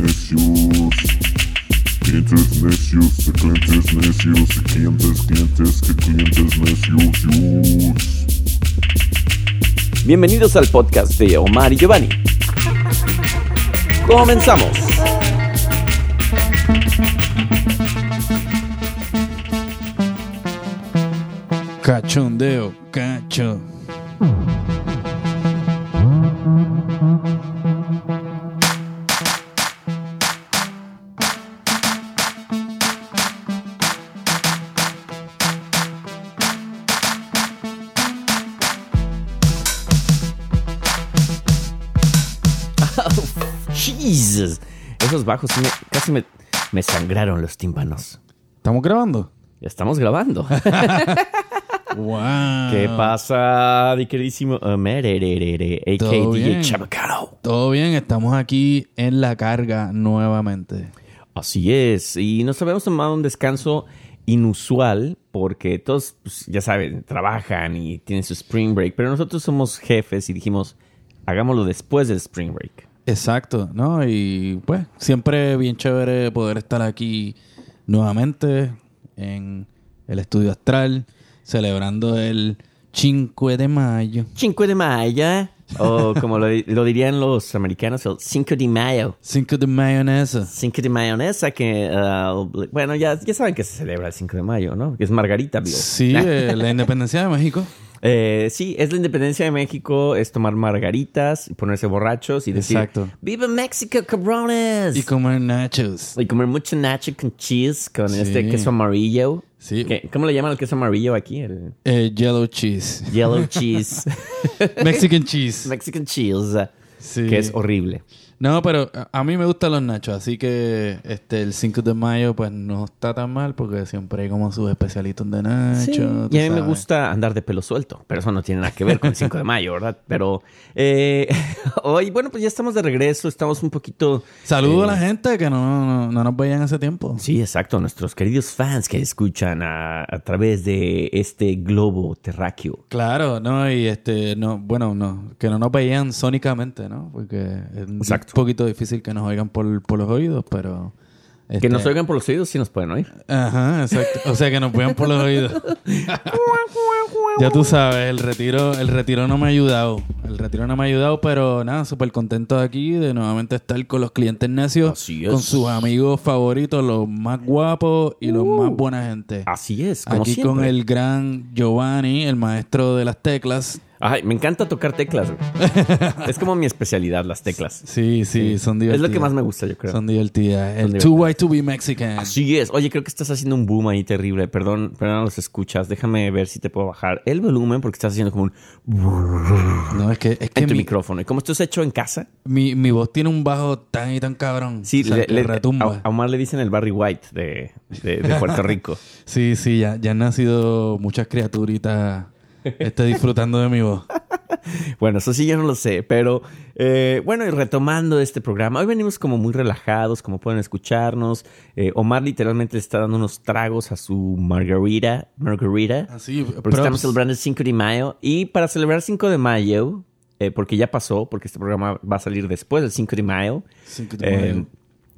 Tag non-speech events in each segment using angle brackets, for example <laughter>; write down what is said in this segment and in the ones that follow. necios. Clientes necios, de clientes necios, de clientes, clientes, que clientes necios. yus. Bienvenidos al podcast de Omar y Giovanni. Comenzamos. Cachondeo, cacho. Jesus. Esos bajos sí me- casi me, me sangraron los tímpanos. ¿Estamos grabando? Ya estamos <laughs> grabando. ¡Wow! ¿Qué pasa, mi queridísimo Omer, ererere, a.k.a. Todo DJ bien. Chabacano? Todo bien, estamos aquí en la carga nuevamente. Así es. Y nos habíamos tomado un descanso inusual porque todos, pues, ya saben, trabajan y tienen su spring break. Pero nosotros somos jefes y dijimos, hagámoslo después del spring break. Exacto, ¿no? Y pues, siempre bien chévere poder estar aquí nuevamente en el estudio astral, celebrando el 5 de mayo. 5 de mayo. O como lo, lo dirían los americanos, el 5 de mayo. 5 de mayonesa. 5 de mayonesa que... uh, bueno, ya, ya saben que se celebra el 5 de mayo, ¿no? Que es Margarita, Bill. <laughs> Sí, eh, la independencia de México. <laughs> Eh, sí, es la independencia de México, es tomar margaritas y ponerse borrachos y decir... Exacto. ¡Viva México, cabrones! Y comer nachos. Y comer mucho nacho con cheese, con Sí. este queso amarillo. Sí. ¿Qué- ¿Cómo le llaman el queso amarillo aquí? El Eh, yellow cheese. <laughs> yellow cheese. Mexican cheese. Mexican cheese. Sí. Que es horrible. No, pero a- a mí me gustan los nachos, así que este el 5 de mayo pues no está tan mal porque siempre hay como sus especialitos de nachos. Sí, tú y a mí me sabes. gusta andar de pelo suelto, pero eso no tiene nada que ver con el 5 de mayo, ¿verdad? Pero eh, <laughs> hoy, bueno, pues ya estamos de regreso, estamos un poquito... Saludo a la gente que no, no, no nos veían hace tiempo. Sí, exacto, nuestros queridos fans que escuchan a, a través de este globo terráqueo. Claro, no, y este, no, bueno, no, que no nos veían sónicamente, ¿no? Porque es Exacto. un poquito difícil que nos oigan por, por los oídos, pero... Que este, nos oigan por los oídos, sí nos pueden oír. Ajá, exacto. O sea, que nos vean por los oídos. ya tú sabes, el retiro, el retiro no me ha ayudado. El retiro no me ha ayudado, pero nada, súper contento de aquí de nuevamente estar con los clientes necios, Así es. con sus amigos favoritos, los más guapos y los más buena gente. Uh. Así es, como Aquí siempre. con el gran Giovanni, el maestro de las teclas. Ay, me encanta tocar teclas. <laughs> güey. es como mi especialidad, las teclas. Sí, sí, son Es divertidas. lo que más me gusta, yo creo. Son divertidas. El divertidas. 2Y2B Mexican. Así es. Oye, creo que estás haciendo un boom ahí terrible. Perdón, perdón, los escuchas. Déjame ver si te puedo bajar el volumen porque estás haciendo como un... No, es que, es que en tu mi, micrófono. Y como esto es hecho en casa... mi, mi voz tiene un bajo tan y tan cabrón. Sí, o sea, le, que le- retumba. a- a Omar le dicen el Barry White de, de- de Puerto <laughs> Rico. Sí, sí, ya, ya han nacido muchas criaturitas este, disfrutando de <laughs> mi voz. Bueno, eso sí yo no lo sé, pero eh, bueno, y retomando este programa, hoy venimos como muy relajados, como pueden escucharnos. Eh, Omar literalmente le está dando unos tragos a su margarita, margarita, Así, porque pues, estamos celebrando el 5 de mayo. Y para celebrar 5 de mayo, eh, porque ya pasó, porque este programa va a salir después del 5 de mayo, eh,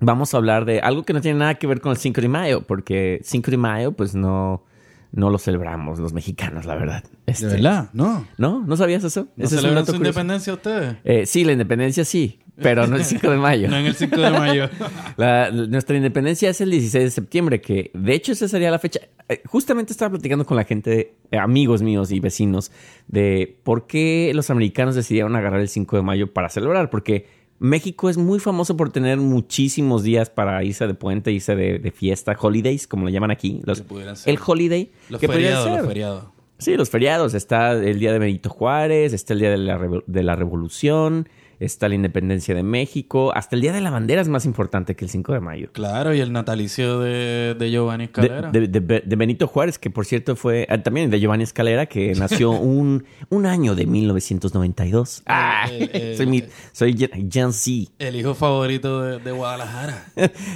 vamos a hablar de algo que no tiene nada que ver con el 5 de mayo, porque 5 de mayo, pues no, no lo celebramos los mexicanos, la verdad. Este, ¿De verdad? ¿No? ¿No? ¿No sabías eso? ¿No Ese es un celebran dato su curioso. independencia ustedes? Eh, sí, la independencia sí, pero no el 5 de mayo. <laughs> No en el 5 de <laughs> mayo. La- nuestra independencia es el 16 de septiembre, que de hecho esa sería la fecha. Eh, justamente estaba platicando con la gente, eh, amigos míos y vecinos, de por qué los americanos decidieron agarrar el 5 de mayo para celebrar, porque México es muy famoso por tener muchísimos días para irse de puente, irse de, de fiesta, holidays, como lo llaman aquí. Los, Que pudieran ser. el holiday. Los que podría feriados, ser. los feriados. Sí, los feriados. Está el día de Benito Juárez, está el día de la, revo- de la Revolución, está la independencia de México, hasta el día de la bandera es más importante que el 5 de mayo. Claro, y el natalicio de, de Giovanni De, Escalera. de- de Be- de Benito Juárez, que por cierto fue ah, también de Giovanni Escalera, <laughs> que nació un, un año de 1992. Ah, el- <laughs> el- soy, mi- soy Gen Gen Z. El hijo favorito de, de Guadalajara.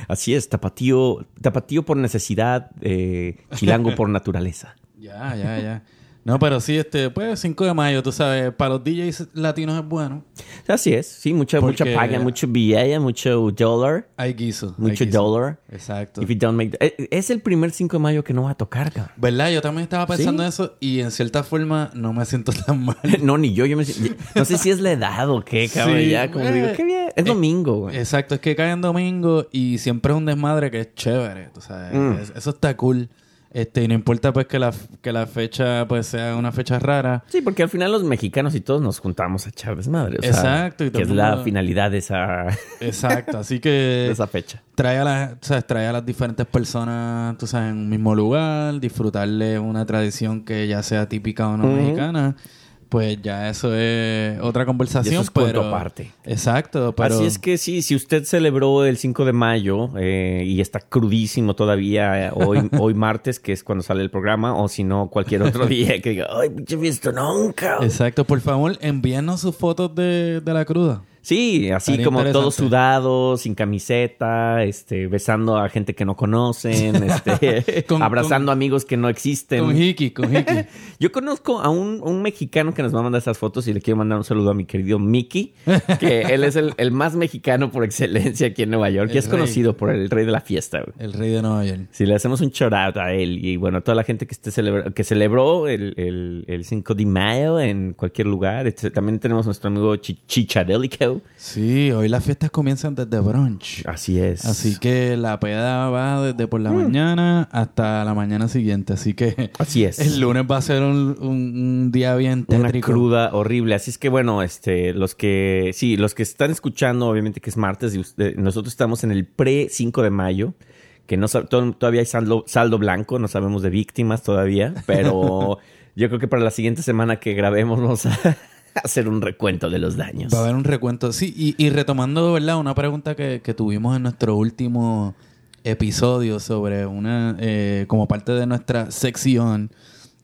Así es, tapatío, tapatío por necesidad, eh, chilango por naturaleza. Ya, ya, ya. No, pero sí, este, pues 5 de mayo, tú sabes, para los DJs latinos es bueno. Así es, sí, mucha, Porque- mucha paga, mucho billete, mucho dólar, Hay guiso. hay mucho guiso. dólar. Exacto. If you don't make the- eh, Es el primer 5 de mayo que no va a tocar, cabrón. <laughs> ¿Verdad? Yo también estaba pensando Sí. eso y en cierta forma no me siento <laughs> tan mal. <laughs> No, ni yo, yo me si- No sé si es la edad o qué, cabrón. Sí, ya, como eh, digo, qué bien. Es eh, domingo, güey. Exacto, es que cae en domingo y siempre es un desmadre que es chévere, tú sabes. Mm. Es- eso está cool. Este, y no importa pues que la, que la fecha pues sea una fecha rara. Sí, porque al final los mexicanos y todos nos juntamos a Chávez Madre. O sea, Exacto, y todo que es el mundo- la finalidad de <laughs> esa, Exacto, así de <laughs> que esa fecha. trae a las, o sea, trae a las diferentes personas, tú sabes, en un mismo lugar, disfrutarle una tradición que ya sea típica o no mexicana. Pues ya eso es otra conversación, Y eso es punto pero aparte. Exacto, pero Así es que sí, si usted celebró el 5 de mayo eh, y está crudísimo todavía eh, <laughs> hoy, hoy martes, que es cuando sale el programa, o si no, cualquier otro día que diga, ay, pinche fiesta nunca. Exacto, por favor, envíanos sus fotos de, de la cruda. Sí, así Estaría como todos interesante. sudados, sin camiseta, este, besando a gente que no <laughs> conocen, este, Con- abrazando amigos que no existen. Con Hiki, con <laughs> Hiki. Yo conozco a un, un mexicano que nos va a mandar esas fotos y le quiero mandar un saludo a mi querido <laughs> Mickey, que él es el, el más mexicano por excelencia aquí en Nueva York y El es rey. conocido por el rey de la fiesta. güey. El rey de Nueva York. Si le hacemos un shout out a él y bueno, a toda la gente que, esté celebra- que celebró el, el, el 5 de mayo en cualquier lugar. Este, también tenemos a nuestro amigo Chi- Chichadelico. Sí, hoy las fiestas comienzan desde brunch. Así es. Así que la peda va desde por la Mm. mañana hasta la mañana siguiente. Así que Así es. el lunes va a ser un, un- un día bien Una tétrico. cruda horrible. Así es que bueno, este, los que, sí, los que están escuchando, obviamente que es martes, y usted- nosotros estamos en el pre 5 de mayo, que no sab- to- todavía hay saldo, saldo blanco, no sabemos de víctimas todavía, <laughs> pero yo creo que para la siguiente semana que grabemos vamos a <laughs> hacer un recuento de los daños. Va a haber un recuento. Sí, y, y retomando, ¿verdad? Una pregunta que, que tuvimos en nuestro último episodio sobre una, eh, como parte de nuestra sección,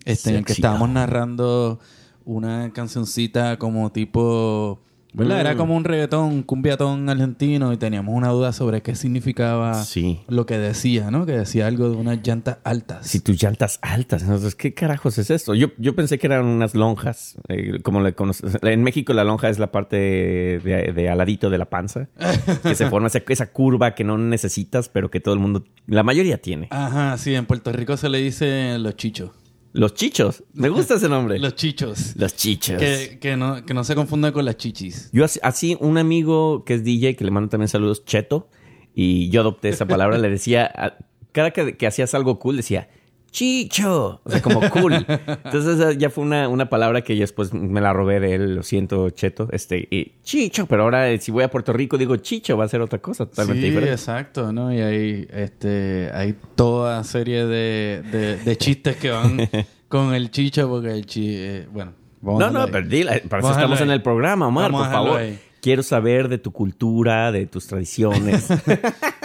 este, en el que Sección. estábamos narrando una cancioncita como tipo, ¿verdad? Era Mm. como un reggaetón, un cumbiatón argentino y teníamos una duda sobre qué significaba Sí. lo que decía, ¿no? Que decía algo de unas llantas altas. Si tus llantas altas, entonces, ¿qué carajos es esto? Yo, yo pensé que eran unas lonjas, eh, como le conoces. En México la lonja es la parte de, de aladito de la panza, que se forma esa, esa curva que no necesitas, pero que todo el mundo, la mayoría tiene. Ajá, sí, en Puerto Rico se le dice los chichos. Los chichos, me gusta ese nombre. Los chichos. Los chichos. Que, que no, que no se confunda con las chichis. Yo así, así un amigo que es DJ, que le mando también saludos, Cheto, y yo adopté esa palabra, le decía, a- cada que, que hacías algo cool, decía, chicho, o sea, como cool. Entonces esa ya fue una, una palabra que yo después me la robé de él, lo siento, Cheto, este, y chicho, pero ahora eh, si voy a Puerto Rico digo chicho, va a ser otra cosa totalmente sí, diferente. exacto, ¿no? Y hay, este, hay toda serie de, de- de chistes que <laughs> van con el chicho, porque el chi... eh, bueno, vamos a No, dejarlo no, ahí. pero dila, para Vamos a eso estamos dejarlo en ahí. el programa, Omar, Vamos a por dejarlo favor. ahí. Quiero saber de tu cultura, de tus <laughs> tradiciones.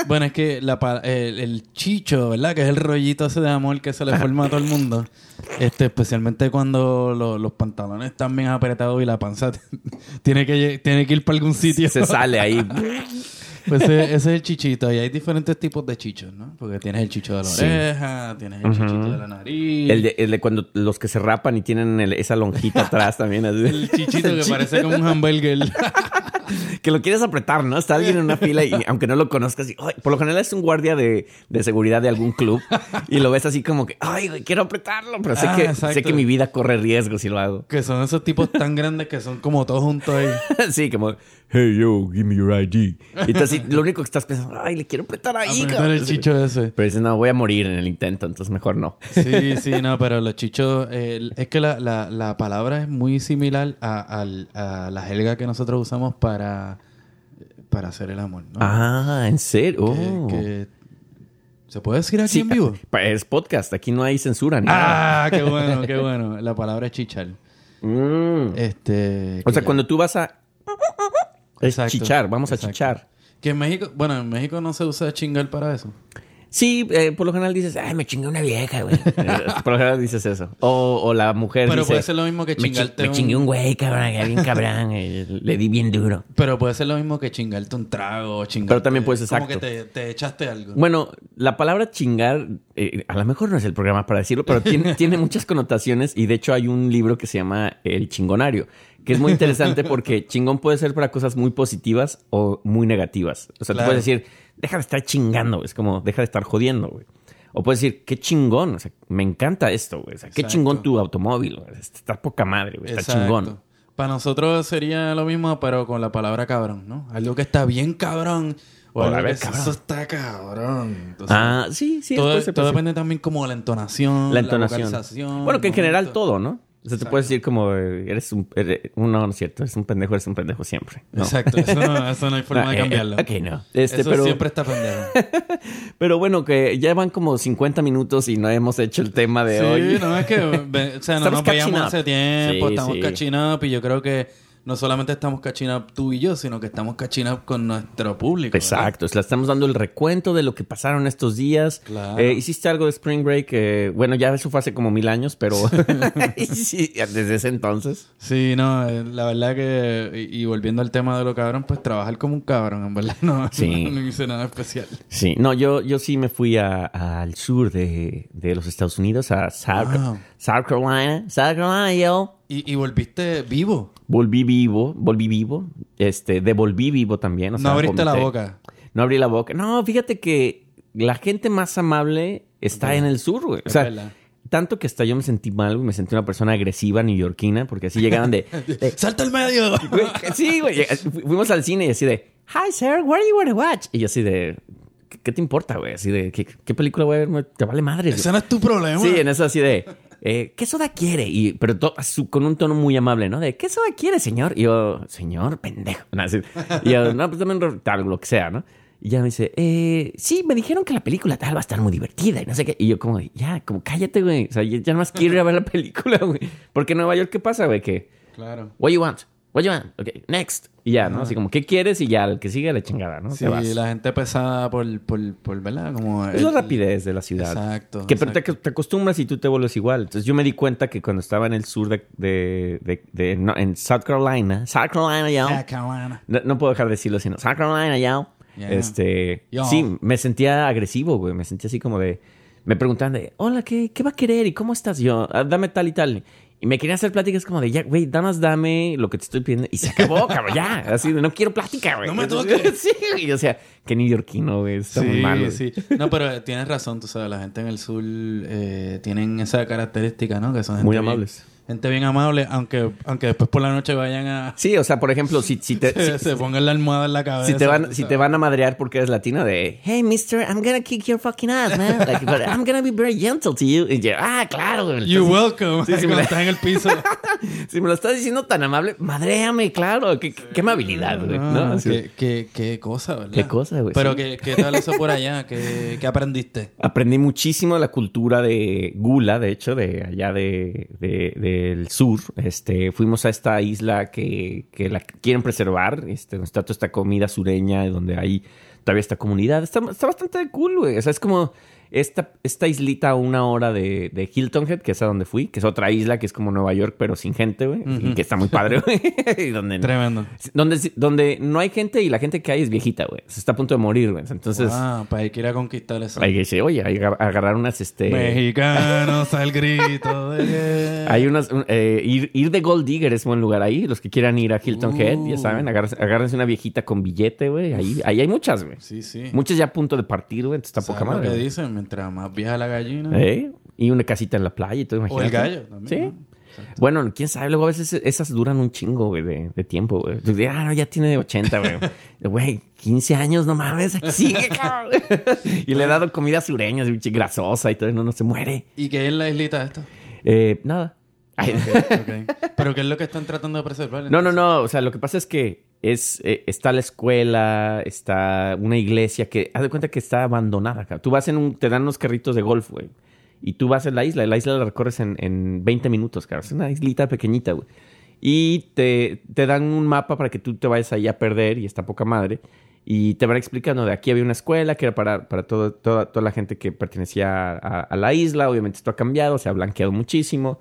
Bueno, es que la pa- el, el chicho, ¿verdad? Que es el rollito ese de amor que se le forma a todo el mundo. Este, especialmente cuando lo- los pantalones están bien apretados y la panza <laughs> tiene, que, lle- tiene que ir para algún sitio. se sale ahí. <laughs> Pues ese, ese es el chichito. Y hay diferentes tipos de chichos, ¿no? Porque tienes el chicho de la Sí. oreja, tienes el chichito de la nariz. El de, el de cuando los que se rapan y tienen el- esa <laughs> lonjita atrás también. así. El chichito que parece como un hamburger. Que lo quieres apretar, ¿no? Está alguien en una fila <laughs> y aunque no lo conozcas, y, "Ay", por lo general es un guardia de, de seguridad de algún club y lo ves así como que, ay, güey, quiero apretarlo, pero sé, Ah, que, exacto. sé que mi vida corre riesgo si lo hago. <laughs> <laughs> que son esos tipos tan grandes que son como todos juntos ahí. sí, como, hey, yo, give me your ID. Y tú así, lo único que estás pensando, ay, le quiero apretar ahí, Apretar cabrón". el chicho ese. Pero dices, no, voy a morir en el intento, entonces mejor no. Sí, sí, no, pero los chichos... eh, es que la, la- la palabra es muy similar a, al- a la jerga que nosotros usamos para, para hacer el amor, ¿no? Ah, en serio. Que- Oh. que- ¿Se puede decir aquí Sí, <laughs> en vivo? pa- Es podcast, aquí no hay censura. ni nada. Ah, qué bueno, qué bueno. La palabra es chichar. Mm. Este, O sea, que- cuando tú vas a es Exacto, chichar, vamos exacto. a chichar. Que en México... Bueno, en México no se usa chingar para eso. Sí, eh, por lo general dices, ay, me chingué una vieja, güey. <laughs> Eh, por lo general dices eso. O, o la mujer Pero dice, puede ser lo mismo que me, chi- chingarte me un- chingué un güey, cabrón, que bien cabrón, eh, le di bien duro. Pero puede ser lo mismo que chingarte un trago, chingarte. Pero también puedes- Como que exacto. te, te echaste algo. Bueno, la palabra chingar, eh, a lo mejor no es el programa para decirlo, pero <laughs> tiene, tiene muchas connotaciones y de hecho hay un libro que se llama El chingonario, que es muy interesante porque chingón puede ser para cosas muy positivas o muy negativas. O sea, Claro. tú puedes decir, deja de estar chingando, güey". es como, deja de estar jodiendo, güey. O puedes decir, qué chingón, o sea, me encanta esto, güey. O sea, qué Exacto. chingón tu automóvil, güey. Está poca madre, güey. Está Exacto. chingón. Para nosotros sería lo mismo, pero con la palabra cabrón, ¿no? Algo que está bien cabrón. O O la algo ver- que cabrón. eso está cabrón. Entonces, Ah, sí, sí. todo, después se todo puede- depende también como de la entonación, la entonación. vocalización, bueno, que en el general momento. todo, ¿no? O sea, te puedes decir como, eh, eres un, eres- uno, no es cierto, eres un pendejo, eres un pendejo siempre. ¿no? Exacto, eso no, eso no hay forma Ah, de eh, cambiarlo. <laughs> ok, no. Este, eso pero, siempre está pendejo. pero bueno, que ya van como 50 minutos y no hemos hecho el tema de sí, hoy. no, <laughs> es que ve- o sea, no Estamos nos veíamos catching up. hace tiempo, Sí, estamos sí. catching up y yo creo que no solamente estamos catching up tú y yo, sino que estamos catching up con nuestro público. ¿verdad? Exacto, es la estamos dando el recuento de lo que pasaron estos días. Claro. Eh, Hiciste algo de Spring Break, eh, bueno, ya eso fue hace como mil años, pero <laughs> sí, desde ese entonces. Sí, no, eh, la verdad que, y, y volviendo al tema de lo cabrón, pues trabajar como un cabrón, en verdad, <laughs> no, Sí. no, hice nada especial. Sí, no, yo, yo sí me fui a- al sur de, de los Estados Unidos, a South, Wow. South Carolina. South Carolina, yo. Y, y volviste vivo, Volví vivo, volví vivo. Este, devolví vivo también. o no sea, abriste la vomité. boca. No abrí la boca. No, fíjate que la gente más amable está en el sur, güey. O Es sea, verdad. tanto que hasta yo me sentí mal, güey. Me sentí una persona agresiva neoyorquina porque así llegaban <laughs> de... de- ¡Salta al medio! güey, <laughs> sí, güey. Eh, Fu- Fuimos al cine y así de... Hi, sir, what do you want to watch? Y yo así de... "¿Qué- ¿Qué te importa, güey? Así de... ¿Qué, qué película voy a ver? Te vale madre, güey. Ese no es tu problema. Sí, en eso así de, eh, ¿qué soda quiere? Y, pero to- su- con un tono muy amable, ¿no? De, ¿qué soda quiere, señor? Y yo, señor, pendejo. <laughs> No, así. y yo, no, pues también re- tal, lo que sea, ¿no? Y ya me dice, eh, sí, me dijeron que la película tal va a estar muy divertida y no sé qué. Y yo como, de, ya, como cállate, güey. O sea, ya ya nomás quiero ir a ver la <laughs> película, güey. Porque en Nueva York, ¿qué pasa, güey? Que, Claro. what you want? What you want? Ok, next. Y ya, ¿no? Así como, ¿qué quieres? Y ya, el que sigue la chingada, ¿no? Te Sí, vas. la gente pesada por, por, por ¿verdad? Como Es la el- rapidez de la ciudad. Exacto, Que pero te- exacto. Te, acostumbras y tú te vuelves igual. Entonces yo me di cuenta que cuando estaba en el sur de... de- de- de- no, en South Carolina. South Carolina, ya. Ah, cabrón. No, no puedo dejar de decirlo, sino South Carolina, ya. Ya. Este... Ya. Sí, me sentía agresivo, güey. Me sentía así como de... Me preguntaban de... Hola, ¿qué, qué va a querer? ¿Y cómo estás? Yo, "Ah, dame tal y tal. Y me querían hacer pláticas como de... Ya, güey, nada más dame lo que te estoy pidiendo. Y se <laughs> acabó, cabrón. Ya. Así de... No quiero plática, güey. No me <laughs> toques. sí, güey. O sea, que neoyorquino, güey. Está muy sí, mal, güey. sí. No, pero tienes razón, tú sabes, la gente en el sur eh, tienen esa característica, ¿no? Que son gente Muy bien- amables. gente bien amable, aunque, aunque después por la noche vayan a... Sí, o sea, por ejemplo, si, si te, si- <laughs> se, se pongan la almohada en la cabeza. si te tú van, si te sabes. van a madrear porque eres latino, de hey, mister, I'm gonna kick your fucking ass, man. Like, but I'm gonna be very gentle to you. Y yo, ah, claro, güey. You're Entonces, welcome. Sí, sí, Cuando me- estás en el piso. Si me lo estás diciendo tan amable, madréame, claro. Qué, qué amabilidad, güey. Ah, <laughs> ¿no? Así- qué, qué- qué cosa, ¿verdad? Qué cosa, güey, Pero sí. ¿qué, qué tal eso por allá? ¿Qué, <laughs> qué aprendiste? Aprendí muchísimo de la cultura de Gula, de hecho, de allá de, de- del sur. Este, fuimos a esta isla que, que la quieren preservar. Este, donde está toda esta comida sureña, donde hay todavía esta comunidad. Está, está bastante cool, güey. O sea, es como esta, esta islita a una hora de, de Hilton Head, que es a donde fui, que es otra isla que es como Nueva York, pero sin gente, güey. Y que está muy padre, güey. <laughs> y donde Tremendo. donde, donde no hay gente y la gente que hay es viejita, güey. Se está a punto de morir, güey. Entonces, ah, para ir que ir a conquistar eso. hay que decir, oye, hay que agarrar unas, este... Mexicanos al grito de guerra. Hay unas. un- eh, ir, ir de Gold Digger es buen lugar ahí. Los que quieran ir a Hilton Head, Uh. ya saben, agárrense, agárrense una viejita con billete, güey. Ahí, ahí hay muchas, güey. Sí, sí. Muchas ya a punto de partir, güey. Entonces está ¿Sabes poca lo madre. que güey. dicen? Mientras más vieja la gallina. ¿Eh? Y una casita en la playa y todo, O imagínate. el gallo también. Sí. ¿no? Bueno, quién sabe, luego a veces esas duran un chingo, güey, de, de tiempo, güey. Tú dices, Ah, no, ya tiene 80, güey. Güey, 15 años, no mames, aquí sigue, cabrón. y le he dado comida sureña, así, pinche grasosa y todo, y no, no se muere. ¿Y qué es la islita <laughs> esta? Eh, nada. Ay, Ok, ok. ¿Pero qué es lo que están tratando de preservar? Ah, No, no, entonces? no. O sea, lo que pasa es que es, eh, está la escuela, está una iglesia que, haz de cuenta que está abandonada. cabrón. Tú vas en un, te dan unos carritos de golf, güey. Y tú vas a la isla. La isla la recorres en, en 20 minutos, cabrón. Es una islita pequeñita, güey. Y te, te dan un mapa para que tú te vayas ahí a perder y está poca madre. Y te van explicando, de aquí había una escuela que era para, para todo- toda, toda la gente que pertenecía a, a- a la isla. Obviamente esto ha cambiado, se ha blanqueado muchísimo.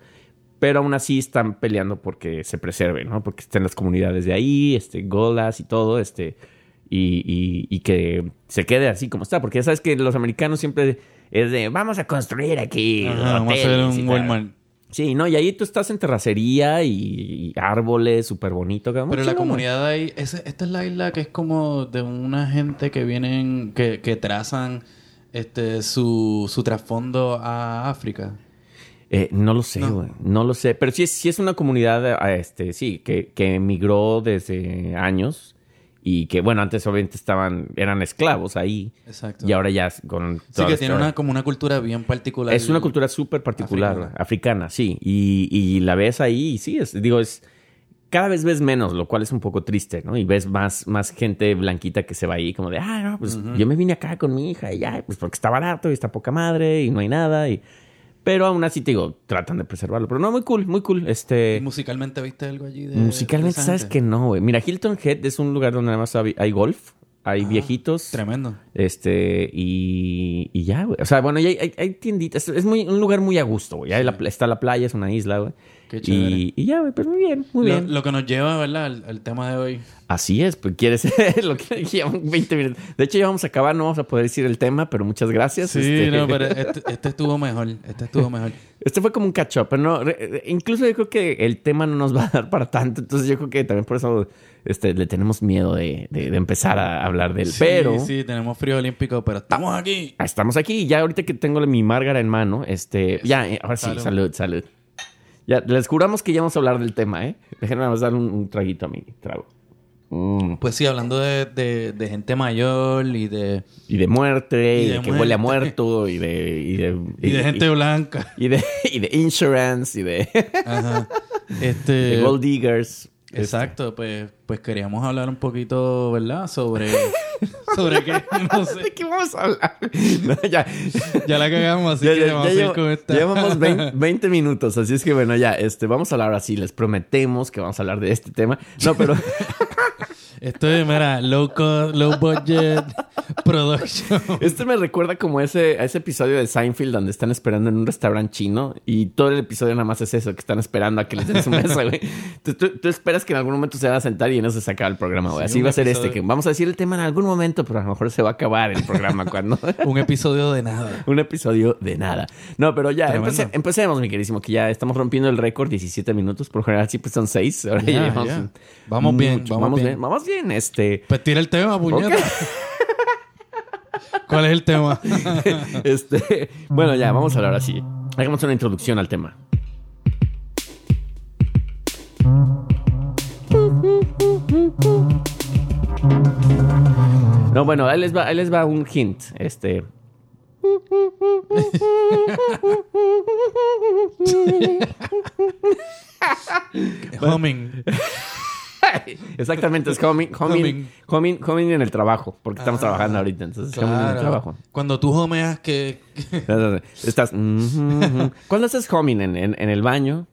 Pero aún así están peleando porque se preserve, ¿no? Porque estén las comunidades de ahí, este, golas y todo, este... Y, y- y que se quede así como está. Porque ya sabes que los americanos siempre es de, vamos a construir aquí Ajá, vamos a hoteles hacer y un tal". Walmart. Sí, no, y ahí tú estás en terracería y, y árboles, súper bonito. cabrón. Pero la Chingón, comunidad de ahí, ese- esta es la isla que es como de una gente que vienen, que, que trazan este su, su trasfondo a África. Eh, no lo sé, No. güey. No. lo sé. Pero sí, es- sí es una comunidad, a- este, sí, que, que emigró desde años. Y que, bueno, antes obviamente estaban, eran esclavos ahí. Exacto. Y ahora ya es con... sí, toda que la tiene historia. una, como una cultura bien particular. Es una cultura súper particular, africana, Africana. sí. Y, y la ves ahí, y sí, es, digo, es... Cada vez ves menos, lo cual es un poco triste, ¿no? Y ves más, más gente blanquita que se va ahí, como de, ah, no, pues yo me vine acá con mi hija, y ya, pues porque está barato y está poca madre y no hay nada. Y... Pero aún así, te digo, tratan de preservarlo. Pero no, muy cool, muy eh, cool. Este, ¿Y musicalmente viste algo allí? de- musicalmente, de esa ¿sabes gente? que no, güey? Mira, Hilton Head es un lugar donde nada más hay hay golf, hay viejitos. Tremendo. Este, y, y ya, güey. O sea, bueno, y hay, hay- hay tienditas. Es muy, un lugar muy a gusto, güey. Ahí la pla- está la playa, es una isla, güey. Qué chévere. y, y ya, güey, pero muy bien, muy Lo- bien. Lo, que nos lleva, ¿verdad? Al, al tema de hoy. Así es, pues quieres <laughs> lo que llevan 20 minutos. De hecho, ya vamos a acabar, no vamos a poder decir el tema, pero muchas gracias. Sí, Este, no, pero este, este estuvo mejor. Este estuvo mejor. <laughs> Este fue como un catch-up, pero no, re- re- incluso yo creo que el tema no nos va a <laughs> dar para tanto, entonces yo creo que también por eso este, le tenemos miedo de, de- de empezar a hablar del Sí, pero. Sí, tenemos frío olímpico, pero estamos aquí. Ah, Estamos aquí, ya ahorita que tengo mi márgara en mano, este, ya, eh, ahora sí, Salud. salud, salud. Ya, les juramos que ya vamos a hablar del tema, ¿eh? Déjenme nada más dar un, un traguito a mi trago. Mm. Pues sí, hablando de, de- de gente mayor y de, Y de muerte, y, Y de, de que huele a muerte. muerto, y de... Y de, y de gente blanca. Y, de, y de insurance, y de, <laughs> Ajá. Este, de gold diggers. Exacto, pues, pues queríamos hablar un poquito, ¿verdad? Sobre. ¿Sobre qué? No sé. Este, ¿De qué vamos a hablar? <laughs> No, ya. Ya la cagamos, así Ya- que ya- vamos ya a ir llevo- con esta. <laughs> Llevamos 20, 20 minutos, así es que bueno, ya, este, vamos a hablar así, les prometemos que vamos a hablar de este tema. No, pero... Esto es, mira, low cost, low budget <laughs> production. Este me recuerda como ese, a ese episodio de Seinfeld donde están esperando en un restaurante chino y todo el episodio nada más es eso, que están esperando a que les den su mesa, güey. Tú, tú- tú esperas que en algún momento se van a sentar y en eso se acaba el programa, güey. Sí, Así un va a ser episodio- este, que vamos a decir el tema en algún momento, pero a lo mejor se va a acabar el programa <laughs> cuando... Un episodio de nada. Un episodio de nada. No, pero ya, Tremendo. empece- empecemos, mi querísimo, que ya estamos rompiendo el récord, 17 minutos, por lo general siempre son 6, ahora ya Ya, llevamos ya. Vamos bien, vamos bien. vamos bien, este... Pues tira el tema, puñeta. ¿Cuál es el tema? <laughs> este, bueno, ya, vamos a hablar así. Hagamos una introducción al tema. No, bueno, ahí les va, ahí les va un hint. Este. <laughs> Homing. Exactamente, es homing, homing, Homing. homing, homing en el trabajo, porque estamos trabajando ahorita, entonces homing en el trabajo. Ah, Claro. Cuando tú homeas que... No, no, no. Estás. ujú, ujú. ¿Cuándo haces homing? ¿En, en, en el baño?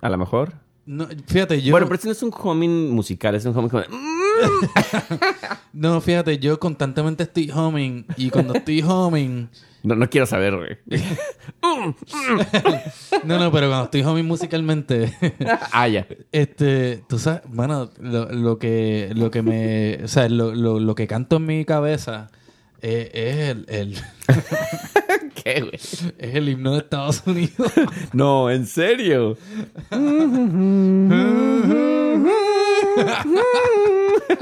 A lo mejor. No, fíjate, yo... Bueno, pero este no es un homing musical, es un homing. como de, "Mm". No, fíjate, yo constantemente estoy homing y cuando estoy homing... No, no quiero saber, güey. No, no, pero cuando estoy homing musicalmente... <laughs> <laughs> ah, ya. Este, tú sabes, mano, lo, lo que lo que me, o sea, lo, lo, lo que canto en mi cabeza eh, es el, el- ¿Qué, güey? es el himno de Estados Unidos. <laughs> No, en serio. <laughs>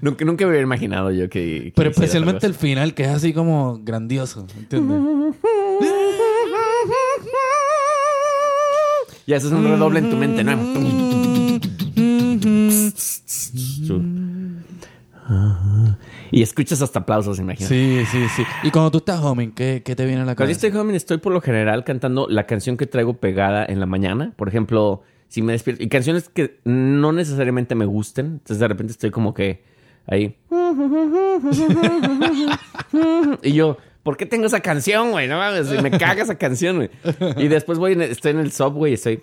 nunca, nunca me hubiera imaginado yo que. que Pero hiciera especialmente el algo final, que es así como grandioso, ¿entiendes? así. Ya, eso es un redoble en tu mente, ¿no? Y escuchas hasta aplausos, imagínate. Sí, sí, sí. Y cuando tú estás homing, ¿qué, qué te viene a la Cuando yo cabeza? estoy joven, estoy por lo general cantando la canción que traigo pegada en la mañana. Por ejemplo, si me despierto. Y canciones que no necesariamente me gusten. Entonces de repente estoy como que ahí. <laughs> y yo. ¿por qué tengo esa canción, güey? No mames, me caga esa canción, güey. Y después voy, en el- estoy en el subway y estoy.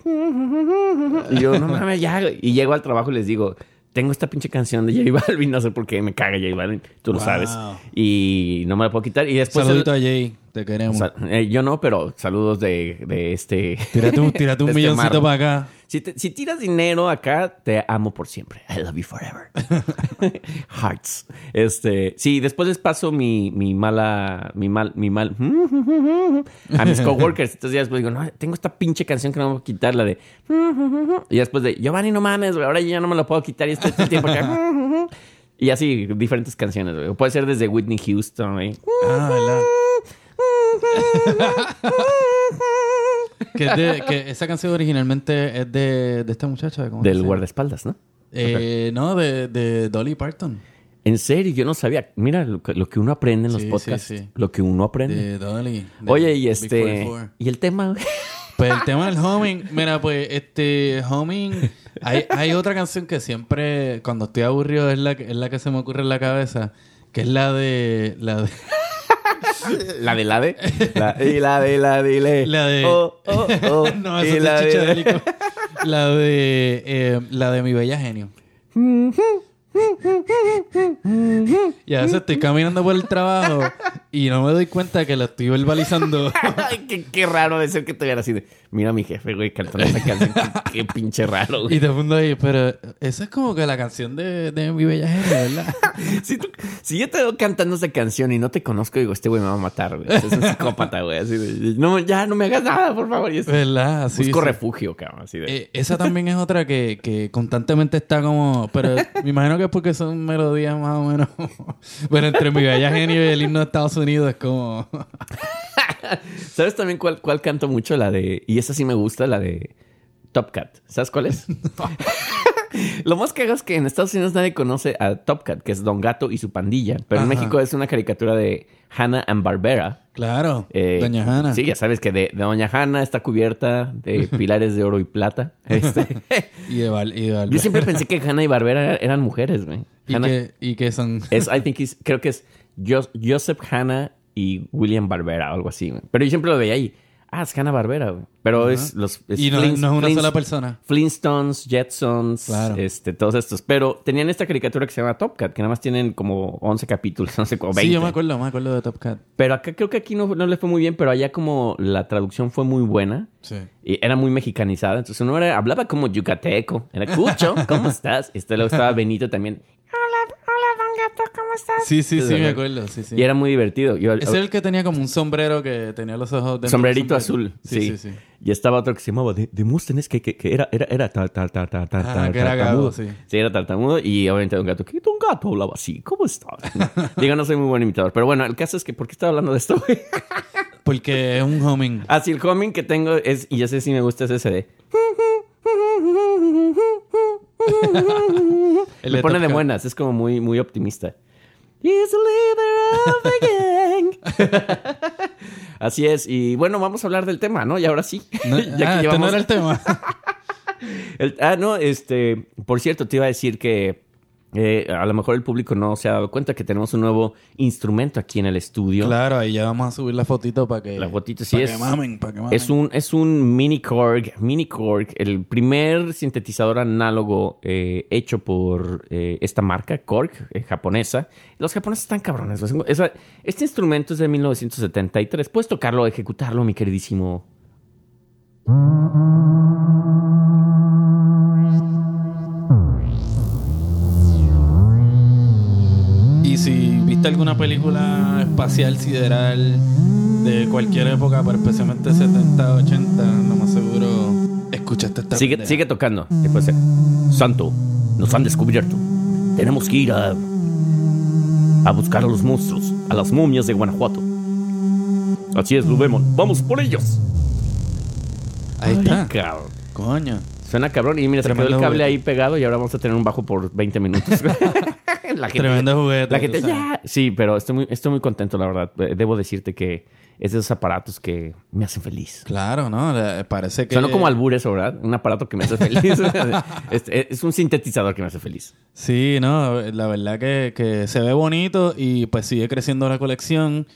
Y yo, no mames, ya. güey. Y llego al trabajo y les digo, tengo esta pinche canción de J Balvin, <laughs> no sé por qué me caga J Balvin, tú lo Wow. sabes. Y no me la puedo quitar. Y después. Saludito a Jay, te queremos. pues, Sal- eh, yo no, pero saludos de, de este. Tírate un, <laughs> tírate un Este milloncito Marlon. para acá. Si, te- si tiras dinero acá, te amo por siempre. I love you <laughs> forever. Hearts. Este, sí, después les paso mi, mi mala, mi mal, mi mal <laughs> a mis coworkers. Entonces ya después digo, no, tengo esta pinche canción que no me voy a quitar, la de <laughs> y después de Giovanni, no mames, güey, ahora yo ya no me la puedo quitar y este, este tiempo acá. <laughs> Y así, diferentes canciones, güey. Puede ser desde Whitney Houston, güey. Ah, ¿verdad? Que, es de- que esa canción originalmente es de, de esta muchacha. ¿cómo <laughs> se Del llama? guardaespaldas, ¿no? Eh, No, de, de Dolly Parton. En serio, yo no sabía. Mira lo que, lo que uno aprende en los Sí, sí, podcasts. sí. Lo que uno aprende. De Dolly. de Oye, y Big este. 44. Y el tema. <laughs> güey? Pues el tema del homing, mira, pues este homing, hay, hay otra canción que siempre cuando estoy aburrido es la, que- es la que se me ocurre en la cabeza, que es la de la de, la de la de. La, y la de la de. le. La de- Oh, oh, oh. <laughs> no, Y eso es la de- chichadélico. la de eh, la de mi bella genio. Y a veces estoy caminando por el trabajo y no me doy cuenta que la <laughs> estoy verbalizando. <laughs> Ay, qué, qué raro de ser que te vean así de. Mira a mi jefe, güey, cantando esa canción. Qué, qué pinche raro, güey. <laughs> Y te fundo ahí, pero eso es como que la canción de, de mi bella <laughs> genio, ¿verdad? Si, tú- si yo te veo cantando esa canción y no te conozco, digo, este güey me va a matar, güey. Es un psicópata, güey. Así de. No, ya, no me hagas nada, por favor. Y es- ¿Verdad? Así, busco sí. refugio, cabrón. Así de. Eh, esa también es otra que, que constantemente está como. Pero me imagino que es porque son melodías más o menos. <laughs> Pero entre mi bella genio y el himno de Estados Unidos es como. ¿Sabes también cuál, cuál canto mucho? La de. Y esa sí me gusta, la de Top Cat. ¿Sabes cuál <laughs> es? <laughs> Lo más cagado es que en Estados Unidos nadie conoce a Top Cat, que es Don Gato y su pandilla. Pero en Ajá. México es una caricatura de Hannah and Barbera. Claro, Eh, Doña Hanna. Sí, ya sabes que de, de Doña Hanna está cubierta <laughs> de pilares de oro y plata. Este, Y de Val- y de Val- yo siempre pensé que Hannah y Barbera eran mujeres, güey. y Hanna- Eh, que, y que son. es, I think it's- creo que es Jo- Joseph Hanna y William Barbera o algo así. güey. Pero yo siempre lo veía ahí. Ah, es Hanna Barbera, güey. Pero es los. es Y no, Flint- no es una Flint- sola persona. Flintstones, Jetsons, Claro. este, todos estos. Pero tenían esta caricatura que se llama Top Cat, que nada más tienen como 11 capítulos, <laughs> no sé, como 20. Sí, yo me acuerdo, me acuerdo de Top Cat. Pero acá creo que aquí no, no le fue muy bien, pero allá como la traducción fue muy buena. Sí. Y era muy mexicanizada. Entonces uno era- hablaba como yucateco. Era Cucho, ¿cómo estás? Y este luego estaba Benito también. Sí, Sí, sí, sí, me ¿verdad? acuerdo. Sí, sí. Y era muy divertido. Yo- Ese era el que tenía como un sombrero que tenía los ojos. dentro del Sombrerito sombrero. azul, sí. Sí, sí, sí. Y estaba otro que se llamaba de- Demóstenes, que, que, que era, era, era tar- tar- tar- tar- tar- Ajá, tar- Ah, que era tartamudo. gago, sí. era tartamudo. Y obviamente un gato, ¿qué un gato hablaba así? ¿Cómo estás? <laughs> Digo, no soy muy buen imitador. Pero bueno, el caso es que, ¿por qué estaba hablando de esto, güey? Porque es un homing. Así el homing que tengo es, y ya sé si me gusta, es ese <laughs> de. El Le de pone Top de Cat. buenas, es como muy, muy optimista. He's the leader of the <laughs> gang. Así es, y bueno, vamos a hablar del tema, ¿no? Y ahora sí. No, <laughs> <laughs> Ya que ah, este no llevamos- era <laughs> el tema. El- ah, no, este, por cierto, te iba a decir que eh, a lo mejor el público no se ha dado cuenta que tenemos un nuevo instrumento aquí en el estudio. Claro, ahí ya vamos a subir la fotito para que. La fotito, sí pa' es- Que mamen, para que mamen. Es un, es un mini Korg, mini Korg, el primer sintetizador análogo eh, hecho por eh, esta marca, Korg, eh, japonesa. Los japoneses están cabrones. los- esa- este instrumento es de 1973. Puedes tocarlo, ejecutarlo, mi queridísimo. Y si viste alguna película espacial, sideral, de cualquier época, pero especialmente 70, 80, lo más seguro, escuchaste esta Sigue, pendeja. sigue tocando. Después, eh, Santo, nos han descubierto. Tenemos que ir a, a buscar a los monstruos, a las momias de Guanajuato. Así es, Lubemon. Vamos por ellos. Ahí está. Cabrón. Coño. Suena cabrón. Y mira, se quedó Tremendo el cable juguete. ahí pegado y ahora vamos a tener un bajo por 20 <laughs> minutos. la gente, Tremendo juguete. la gente tú sabes. ya. Sí, pero estoy muy, estoy muy contento, la verdad. Eh, Debo decirte que es de esos aparatos que me hacen feliz. Claro, ¿no? La- Parece que. Sonó como albur eso, ¿verdad? Un aparato que me hace feliz. <laughs> es, es un sintetizador que me hace feliz. Sí, no, la verdad que, que se ve bonito y pues sigue creciendo la colección.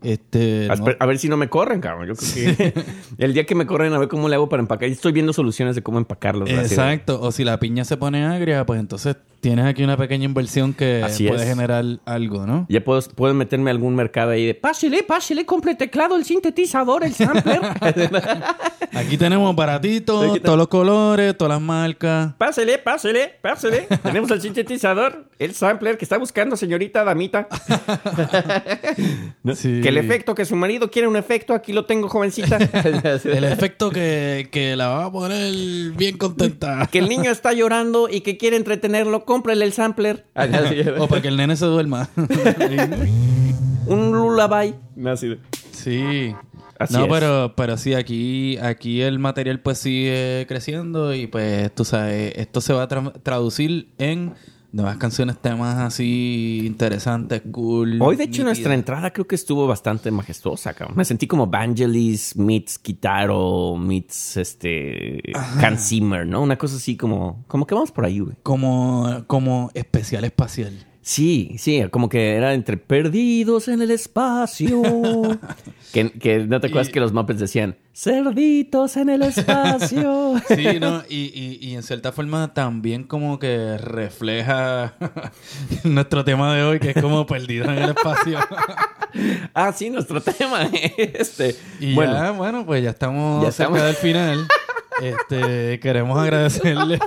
Este, A, no- esper- a ver si no me corren, cabrón. Yo creo que <laughs> el día que me corren, a ver cómo le hago para empacar. Yo Estoy viendo soluciones de cómo empacarlos. ¿verdad? Exacto. O si la piña se pone agria, pues entonces tienes aquí una pequeña inversión que Así puede es. generar algo, ¿no? Ya puedo, puedo meterme a algún mercado ahí de pásele, pásele, compre el teclado, el sintetizador, el <laughs> sampler. Aquí tenemos baratitos, Aquí te- todos los colores, todas las marcas. pásele, pásele, <laughs> pásele. Tenemos el sintetizador, el sampler que está buscando señorita damita. ¿No? <laughs> Sí. Que el efecto, que su marido quiere un efecto, aquí lo tengo, <laughs> jovencita. El efecto que, que la va a poner bien contenta. <laughs> que el niño está llorando y que quiere entretenerlo, cómprele el sampler. Ah, <laughs> o para que el nene se duerma. <laughs> un lullaby. sí. Así no, es. pero, pero sí, aquí, aquí el material pues sigue creciendo y pues tú sabes, esto se va a tra- traducir en nuevas canciones, temas así interesantes, cool. Hoy, de hecho, nuestra nítidas. entrada creo que estuvo bastante majestuosa, cabrón. Me sentí como Vangelis meets Kitaro meets este Hans Zimmer, ¿no? Una cosa así como, como que vamos por ahí, güey. Como, como especial espacial. Sí, sí, como que era entre perdidos en el espacio. <laughs> que, que no te acuerdas que los mapes decían cerditos en el <laughs> espacio. <laughs> Sí, ¿no? Y, y, y en cierta forma también como que refleja <laughs> nuestro tema de hoy, que es como perdido en el espacio. ah, sí, nuestro tema. Este. Y bueno, ya, bueno, pues ya estamos Ya cerca estamos. del final. Este, queremos agradecerle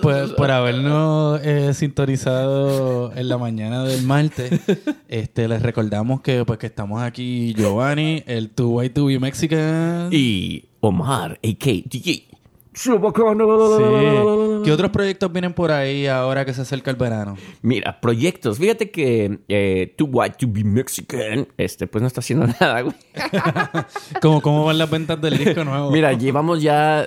por, por habernos eh, sintonizado en la mañana del martes. Este, les recordamos que, pues, que estamos aquí Giovanni, el 2Y2B Mexican. y Omar, AK, DJ. Sí. ¿Qué otros proyectos vienen por ahí ahora que se acerca el verano? Mira, proyectos. Fíjate que eh, Too White to Be Mexican, este, pues no está haciendo <laughs> nada, güey. ¿Cómo, cómo van las ventas del disco nuevo? Mira, llevamos ya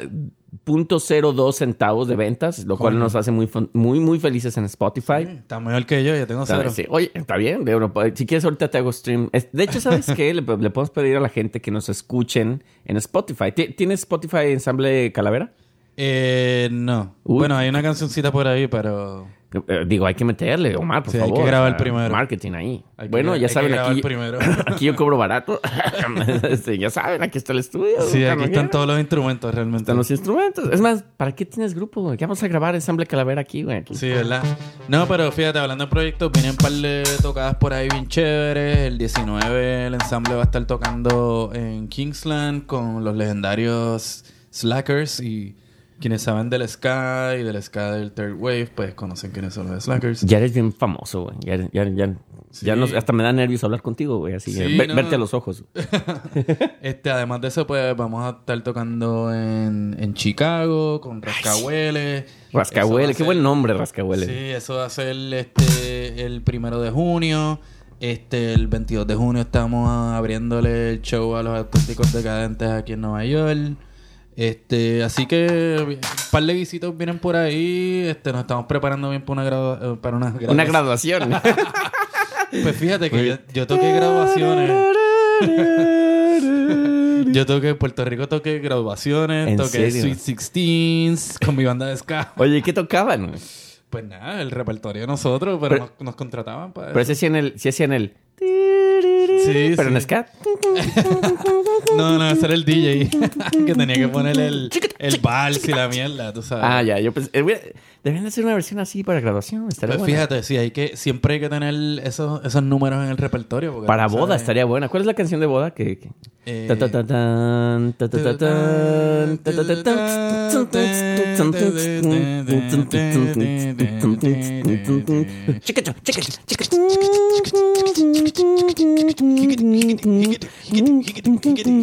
0.02 centavos de ventas, lo cual Coño. nos hace muy, fun- muy, muy felices en Spotify. Mm, Está mejor que yo, ya tengo cero. ¿Sabes? Sí. Oye, está bien. de uno puede- Si quieres, ahorita te hago stream. Es- De hecho, ¿sabes qué? Le, le podemos pedir a la gente que nos escuchen en Spotify. ¿Ti- ¿Tienes Spotify Ensamble Calavera? Eh, no. Uy. Bueno, hay una cancioncita por ahí, pero... Eh, Digo, hay que meterle, Omar, por Sí, hay que favor. grabar primero. Marketing ahí. Hay que bueno, gra- ya hay que saben, grabar aquí, primero. <laughs> aquí yo cobro barato. <laughs> Este, ya saben, aquí está el estudio. Sí, aquí Cuando están quieran. todos los instrumentos realmente. Están los instrumentos. Es más, ¿para qué tienes grupo? güey? ¿Qué vamos a grabar ensamble calavera aquí, güey? Aquí. Sí, ¿verdad? No, pero fíjate, hablando de proyectos, vienen un par de tocadas por ahí bien chéveres. El 19 el ensamble va a estar tocando en Kingsland con los legendarios Slackers y quienes saben del ska y del ska del Third Wave, pues conocen quiénes son los Slackers. Ya eres bien famoso, güey. Ya, ya, ya, Sí. ya nos- hasta me da nervios hablar contigo, güey. Así, Sí, ver- no. verte a los ojos. Este, además de eso, pues vamos a estar tocando en, en Chicago con Rascahueles. Rascahuele. Qué buen bueno nombre, Rascahuele. Sí, eso va a ser este, el primero de junio. Este, el 22 de junio estamos abriéndole el show a los auténticos decadentes aquí en Nueva York. Este, así que un par de visitos vienen por ahí. Este, nos estamos preparando bien para una gradua- eh, para una Una graduación. <laughs> graduación. Pues fíjate que yo, <laughs> yo toqué eh. graduaciones. Yo toqué en Puerto Rico, toqué graduaciones, ¿En toqué serio? Sweet Sixteens con mi banda de ska. <laughs> Oye, ¿qué tocaban? güey? Pues nada, el repertorio de nosotros, pero, Pero- nos, nos contrataban para Pero eso. ese sí en el... Sí, en el... Sí, Pero en sí. scat. No, no, ese era el DJ <laughs> que tenía que poner el, el vals y la mierda, tú sabes. Ah, ya. Yo pensé... eh, güey, Deberían hacer una versión así para graduación. Estaría Pues buena. fíjate, sí, hay que, siempre hay que tener esos, esos números en el repertorio. porque Para tú boda sabes. estaría buena. ¿Cuál es la canción de boda? Que, que- Eh, Ta, ta, ta, tan, ta, ta, ta, tan, ta, ta, ta, tan. Chica, chica, chica, chica, chica, chica.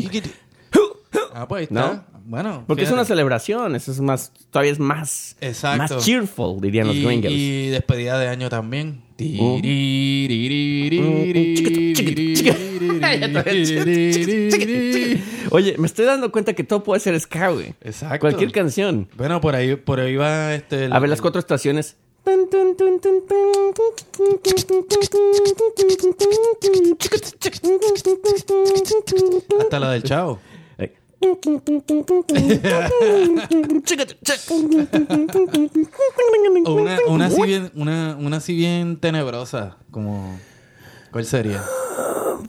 Ah, pues ahí está. ¿No? Bueno. Porque es fíjate. una celebración, eso es más, todavía es más, Exacto. más cheerful, dirían los y, gringos. y despedida de año también. Oh. Uh, <laughs> Oye, me estoy dando cuenta que todo puede ser ska, güey. Exacto. Cualquier canción. Bueno, por ahí, por ahí va este. el- A ver las cuatro estaciones. Hasta la del chavo. Eh, O <laughs> una, una así bien, una, una así bien tenebrosa, como. ¿Cuál sería?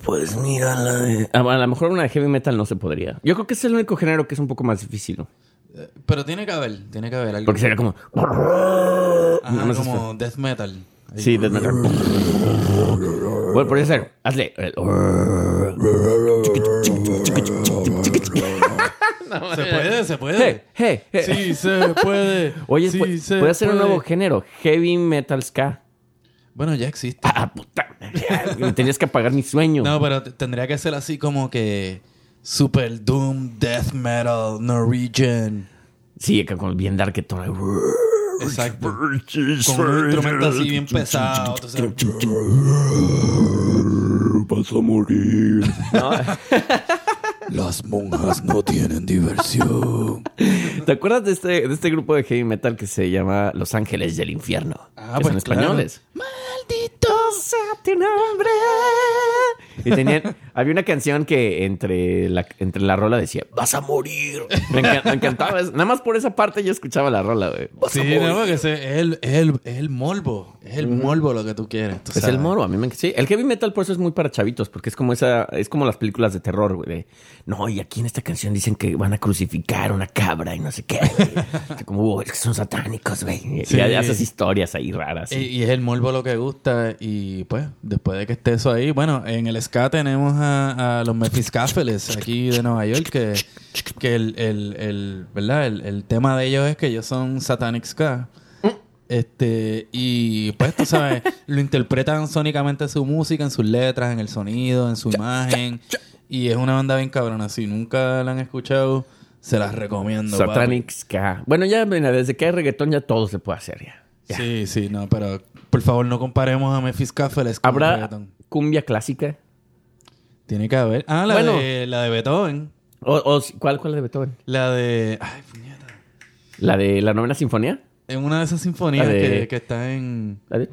pues mira la de... Ah, A, a lo mejor una de heavy metal no se podría. Yo creo que es el único género que es un poco más difícil, ¿no? Eh, Pero tiene que haber, tiene que haber algo. Porque sería como... Ajá, no, no sé como death metal. Ahí. Sí, <laughs> death metal. Bueno, por eso hacer. Hazle. el- Hey, Se puede, se <laughs> puede. hey, hey. Sí, se puede. Oye, sí, pu- se puede hacer un puede. nuevo género. Heavy metal ska. <laughs> Bueno, ya existe. Ah, puta. Me tenías que apagar mi sueño. No, pero t- tendría que ser así como que Super Doom, Death Metal, Norwegian. Sí, que con bien dark tono. Exacto. Con un instrumento así bien pesado. tú sabes. Vas a morir. <laughs> Las monjas no tienen diversión. ¿Te acuerdas de este, de este grupo de heavy metal que se llama Los Ángeles del Infierno? Ah, que pues, son españoles. Maldito sea tu nombre. Y tenían, había una canción que entre la, entre la rola decía, vas a morir. Me, encan- me encantaba. eso. Nada más por esa parte yo escuchaba la rola, güey. Vas a Sí, morir. no, porque ese es el, el, el morbo. Es el morbo lo que tú quieres. tú Es sabes. el moro, a mí me sí. El heavy metal por eso es muy para chavitos, porque es como esa, es como las películas de terror, güey. de, no, y aquí en esta canción dicen que van a crucificar una cabra y no sé qué. <laughs> güey". Así como, "Oh, es que son satánicos, güey. Sí. Y haces historias ahí raras. Eh, Y, y es el morbo lo que gusta. Y pues, después de que esté eso ahí, bueno, en el ska tenemos a, a los Mephiscáfeles aquí de Nueva York, que, que el, el, el- ¿verdad? El, el tema de ellos es que ellos son Satanic Ska. Este, y pues tú sabes, <laughs> lo interpretan sónicamente en su música, en sus letras, en el sonido, en su imagen. Y es una banda bien cabrona. Si nunca la han escuchado, se las recomiendo. papi. Satanic ska. ah, Bueno, ya, mira, desde que hay reggaetón ya todo se puede hacer ya. Ya. Sí, sí, no, pero por favor no comparemos a Memphis Cáceres con ¿Habrá reggaetón. cumbia clásica? Tiene que haber. Ah, la, Bueno. de, la de Beethoven. O, o si- ¿Cuál, cuál de Beethoven? La de. Ay, puñeta. ¿La de la novena sinfonía? En una de esas sinfonías La de- que, que está en. La <laughs> de...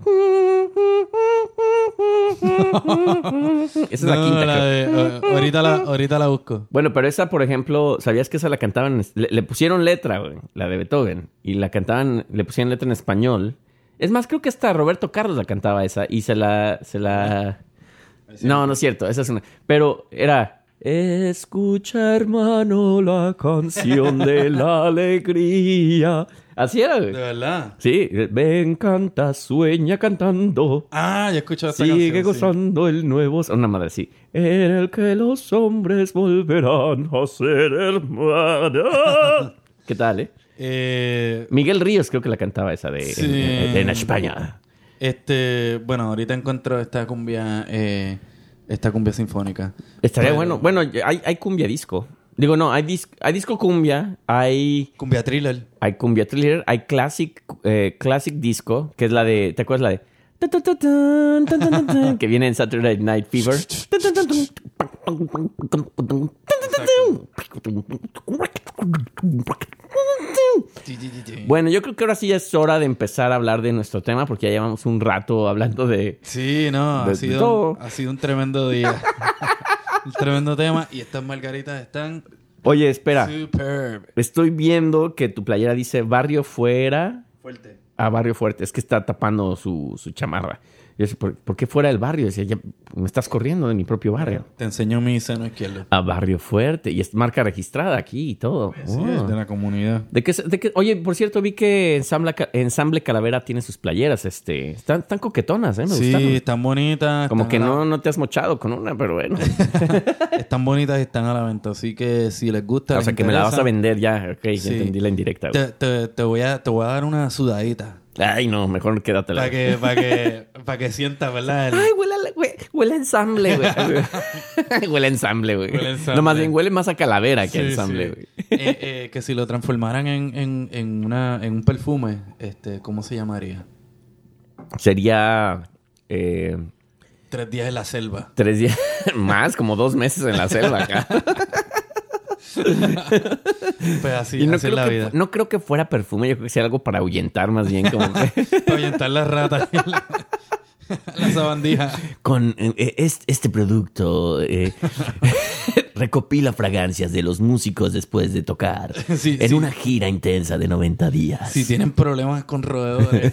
Esa es la No, quinta. creo. de- a- ahorita, la, ahorita la busco. Bueno, pero esa, por ejemplo, ¿sabías que esa la cantaban? Le, le pusieron letra, güey, la de Beethoven. Y la cantaban, le pusieron letra en español. Es más, creo que hasta Roberto Carlos la cantaba esa. Y se la, se la... No, no es cierto, esa es una... Pero era... Escucha, hermano, la canción de la alegría. Así era, De güey. verdad. Sí, ven, canta, sueña cantando. Ah, ya <laughs> he escuchado esa Sigue canción. sí. gozando el nuevo. Una madre así. En el que los hombres volverán a ser hermanos. <laughs> ¿Qué tal, eh? Eh, Miguel Ríos creo que la cantaba esa de Sí. en, en España. este. Bueno, ahorita encuentro esta cumbia. eh, esta cumbia sinfónica. Estaría Pero- bueno. Bueno, hay, hay cumbia disco. Digo, no, hay, dis- hay disco cumbia, hay, Cumbia thriller. hay cumbia thriller, hay classic, eh, classic disco, que es la de. ¿Te acuerdas la de? ta, ta, ta, tan, tan, tan, tan, tan, Que viene en Saturday Night Fever. Tan, tan, tan, tan, pan, pan, pan, pan, pan, pan, tan, tan, tan. Bueno, yo creo que ahora sí ya es hora de empezar a hablar de nuestro tema porque ya llevamos un rato hablando de... Sí, no, De- ha de sido, todo. ha sido un tremendo día. <laughs> un tremendo tema. Y estas margaritas están Oye, espera, superb. estoy viendo que tu playera dice barrio fuera Fuerte. a barrio fuerte. Es que está tapando su, su chamarra. Yo decía, ¿por, por qué fuera del barrio? Decía, ya me estás corriendo de mi propio barrio. Te enseño mi seno izquierdo. A barrio fuerte. Y es marca registrada aquí y todo. Sí, Oh. es de la comunidad. ¿De qué se- de qué- Oye, por cierto, vi que Ensamble, Ca- Ensamble Calavera tiene sus playeras. Este, están, están coquetonas, ¿eh? Me Sí, gustaron. están bonitas. Como están que a la- no, no te has mochado con una, pero bueno. <laughs> Están bonitas y están a la venta. Así que si les gusta. o les sea, que me la vas interesa, a vender ya. Ok, ya Sí. entendí la indirecta. güey. Te, te- te voy a, te voy a dar una sudadita. Ay, no, mejor quédatela. Para que, para que, <laughs> para que sientas, ¿verdad? El- Ay, huele, a la- hue- huele a ensamble, güey. <laughs> huele a ensamble, güey. Huele a ensamble. No, más bien huele más a calavera que a Sí, ensamble, sí. güey. <laughs> Eh, eh, que si lo transformaran en, en, en, una, en un perfume, este, ¿cómo se llamaría? Sería eh, Tres días en la selva. tres días <laughs> más, como dos meses en la selva <laughs> acá. Pues así, y no así creo, es la que, vida. fu- no creo que fuera <laughs> perfume, yo creo que sea algo para ahuyentar más bien. Como que- Para ahuyentar las ratas. <laughs> La sabandija. Con eh, eh, es- este producto eh, <laughs> recopila fragancias de los músicos después de tocar Sí, en sí. una gira intensa de 90 días. Si tienen problemas <laughs> con roedores,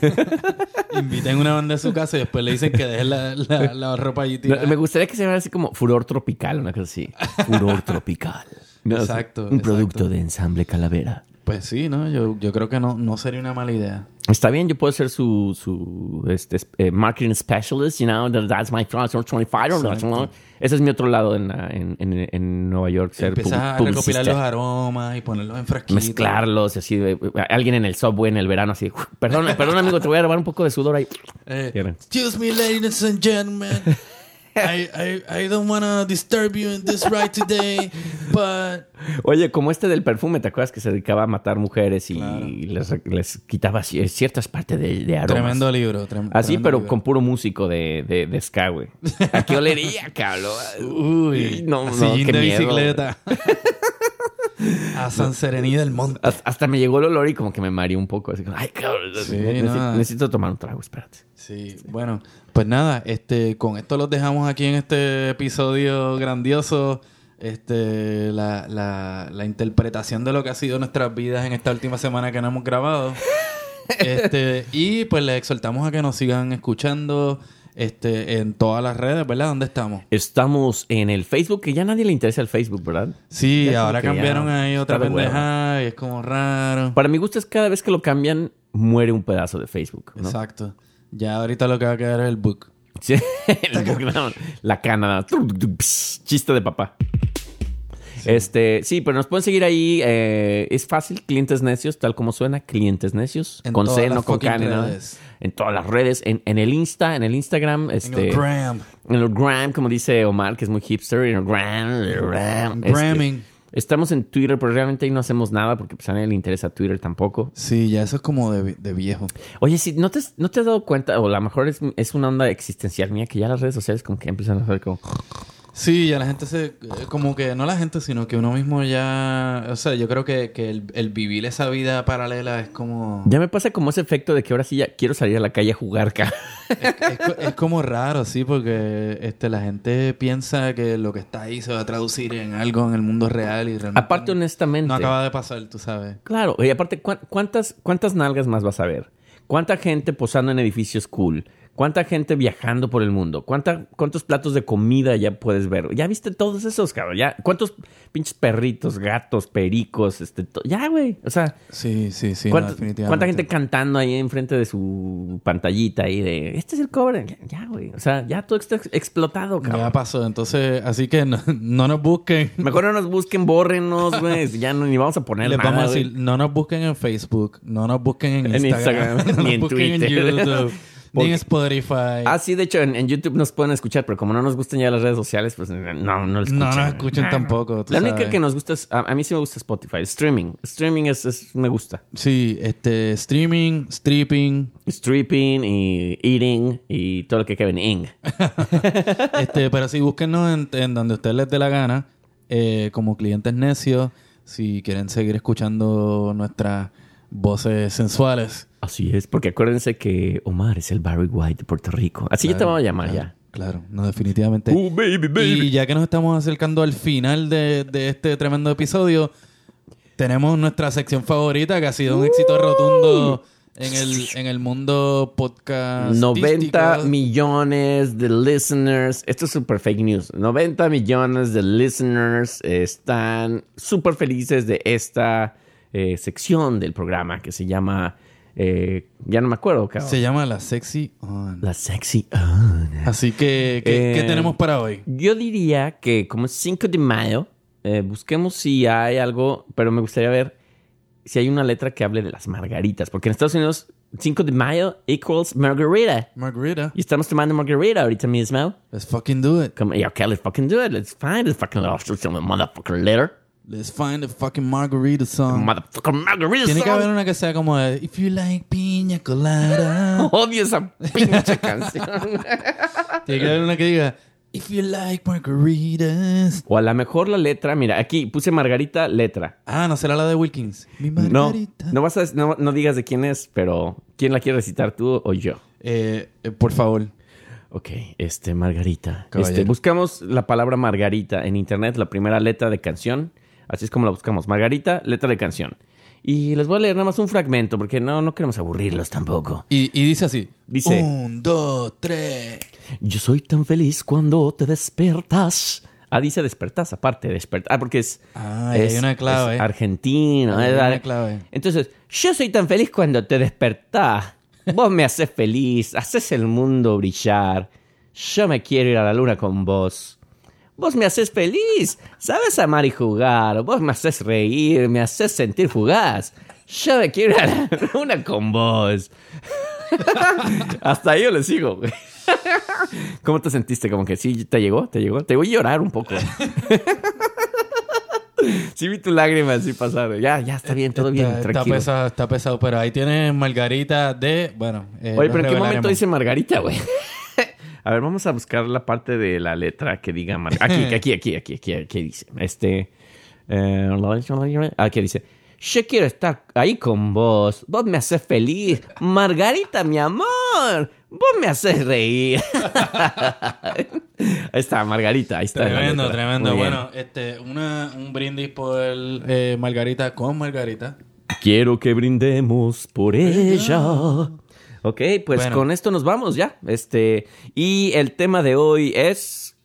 inviten una banda a su casa y después le dicen que dejen la, la- la ropa allí No, tirada. Me gustaría que se llamara así como Furor Tropical, una cosa así. <laughs> Furor Tropical. No, o sea, Exacto, Un exacto. producto de ensamble calavera. Pues sí, ¿no? Yo, yo creo que no, no sería una mala idea. Está bien, yo puedo ser su, su este, es- eh, marketing specialist, you know, that- that's my front, or 25. or- Exacto. Ese es mi otro lado en, la- en, en- en Nueva York, ser Empiezas pub- a publicista. recopilar los aromas y ponerlos en frasquitos. Mezclarlos, y así, de- alguien en el subway en el verano, así, perdón, perdón amigo, te voy a robar un poco de sudor ahí. Eh, Cierren. Excuse me, ladies <laughs> and gentlemen. I, I, I don't want to disturb you in this ride today, but... Oye, como este del perfume, ¿te acuerdas que se dedicaba a matar mujeres y Claro. les, les quitaba ci- ciertas partes de, de aromas? Tremendo libro. trem- Así, tremendo pero libro. con puro músico de, de, de ska, <laughs> güey. ¿A qué olería, cabrón? Uy, no, no, sillín qué de miedo. <laughs> bicicleta. a San Serenidad del Monte. Has- Hasta me llegó el olor y como que me mareé un poco. Así como, ay, cabrón. Sí, necesito, no. necesito tomar un trago, espérate. Sí, bueno, pues nada, este, con esto los dejamos aquí en este episodio grandioso. Este, la, la, la interpretación de lo que ha sido nuestras vidas en esta última semana que no <laughs> hemos grabado. Este, y pues les exhortamos a que nos sigan escuchando este, en todas las redes, ¿verdad? ¿Dónde estamos? Estamos en el Facebook, que ya a nadie le interesa el Facebook, ¿verdad? Sí, Ya como ahora que ya cambiaron ahí está otra de hueva. pendeja y es como raro. Para mi gusto es cada vez que lo cambian, muere un pedazo de Facebook. ¿no? Exacto. Ya ahorita lo que va a quedar es el book. Sí, <laughs> el Bogdan, la cana. Chiste de papá. Este, sí, pero nos pueden seguir ahí. eh, es fácil, clientes necios, tal como suena, clientes necios. En con todas C, las no con K, fucking ni nada. redes. En todas las redes, en, en el Insta, en el Instagram, En este. el gram. En el Gram, como dice Omar, que es muy hipster. En el Gram, en el Gram, este, Gramming. estamos en Twitter, pero realmente ahí no hacemos nada porque pues, a nadie le interesa Twitter tampoco. Sí, ya eso es como de, de viejo. Oye, si no te, has- no te has dado cuenta, o a lo mejor es, es una onda existencial mía, que ya las redes sociales como que empiezan a hacer como... Sí, ya la gente se... eh, Como que no la gente, sino que uno mismo ya... O sea, yo creo que, que el, el vivir esa vida paralela es como... Ya me pasa como ese efecto de que ahora sí ya quiero salir a la calle a jugar. <laughs> ca- Es, co- es como raro, sí, porque este, la gente piensa que lo que está ahí se va a traducir en algo en el mundo real y realmente... Aparte, no- honestamente. No acaba de pasar, tú sabes. Claro, y aparte, ¿cuán- ¿cuántas, ¿cuántas nalgas más vas a ver? ¿Cuánta gente posando en edificios cool? ¿Cuánta gente viajando por el mundo? ¿Cuánta, ¿Cuántos platos de comida ya puedes ver? ¿Ya viste todos esos, cabrón? ¿Ya? ¿Cuántos pinches perritos, gatos, pericos? Este, to- ya, güey. O sea, Sí, sí, sí. no, ¿cuánto- definitivamente. ¿cuánta gente cantando ahí enfrente de su pantallita ahí de, este es el cobre? Ya, Ya, güey. O sea, ya todo está ex- explotado, cabrón. Ya pasó, entonces... Así que no, no nos busquen. Mejor no nos busquen, bórrenos, <laughs> güey. Ya no, ni vamos a poner Les nada, vamos a güey. decir, no nos busquen en Facebook, no nos busquen en En Instagram, Instagram, <laughs> ni no nos en busquen Twitter. en <laughs> YouTube, ni en Spotify. Ah, sí, de hecho, en, en YouTube nos pueden escuchar, pero como no nos gustan ya las redes sociales, pues no, no lo escuchan. no nos güey. escuchen tampoco. tú La única sabes. que nos gusta es, a, a mí sí me gusta Spotify, streaming. Streaming es, es- me gusta. Sí, este, streaming, <laughs> stripping, Stripping y eating y todo lo que cabe en ing. este, pero sí, búsquennos en, en donde a ustedes les dé la gana, eh, como clientes necios, si quieren seguir escuchando nuestras voces sensuales. Así es, porque acuérdense que Omar es el Barry White de Puerto Rico. Así yo te vamos a llamar Claro, Claro, no, definitivamente. ya. Oh, baby, Y ya que nos estamos acercando al final de, de este tremendo episodio, tenemos nuestra sección favorita que ha sido un éxito rotundo en el, en el mundo podcast. 90 millones de listeners. Esto es super fake news. 90 millones de listeners eh, están súper felices de esta eh, sección del programa que se llama. eh, ya no me acuerdo, cabrón. Se llama La Sexy On. La sexy. Ana. Así que, ¿qué, Eh, qué tenemos para hoy? Yo diría que, como es 5 de mayo, eh, busquemos si hay algo, pero me gustaría ver si hay una letra que hable de las margaritas, porque en Estados Unidos 5 de mayo equals margarita. Margarita. Y estamos tomando margarita ahorita mismo. Let's fucking do it. Come, yeah, okay, let's fucking do it. Let's find this fucking officer, some motherfucker letter. Let's find the fucking margarita song. Motherfucker margarita. Ah. Tiene que song. haber una que sea como de, If you like piña colada. <laughs> <laughs> Odio esa pinche canción. Tiene que haber una que diga If you like margaritas. O a lo mejor la letra, mira, aquí puse margarita, letra. Ah, no será la de Wilkins. Mi No, margarita. no vas a, no, no digas de quién es, pero ¿quién la quiere recitar tú o yo? Eh, eh, por favor. Ok, este, Margarita. Caballero. Este, buscamos la palabra Margarita en internet, la primera letra de canción. Así es como la buscamos. Margarita, letra de canción. Y les voy a leer nada más un fragmento porque no, no queremos aburrirlos tampoco. Y, y dice así. Dice- Un, dos, tres. Yo soy tan feliz cuando te despertas. Ah, dice despertas, aparte despertar. Ah, porque es. Ah, y hay una clave. es argentino. Hay es una ar- clave. Entonces, yo soy tan feliz cuando te despertás. Vos me haces feliz, haces el mundo brillar. Yo me quiero ir a la luna con vos. Vos me haces feliz, sabes amar y jugar. Vos me haces reír, me haces sentir fugaz. Yo me quiero ir a la <laughs> luna con vos. <laughs> Hasta ahí yo le sigo, güey. <laughs> ¿Cómo te sentiste? Como que sí, te llegó, te llegó. Te voy a llorar un poco. sí vi tu lágrima así pasar. Ya, ya, está bien, todo bien, está, está tranquilo. pesado, está pesado. Pero ahí tienes Margarita de. Bueno. eh, Oye, pero ¿en lo qué momento revelaremos. dice Margarita, güey? <laughs> a ver, vamos a buscar la parte de la letra que diga Margarita. Aquí, aquí, aquí, aquí, aquí, aquí dice. Este. eh, aquí dice. Yo quiero estar ahí con vos. Vos me haces feliz. Margarita, mi amor. Vos me haces reír. <laughs> ahí está, Margarita. Ahí está. la Tremendo, letra. tremendo. Muy bien. Bueno, este, una, un brindis por eh, Margarita con Margarita. Quiero que brindemos por ella. Ok, pues Bueno. con esto nos vamos ya. Este, y el tema de hoy es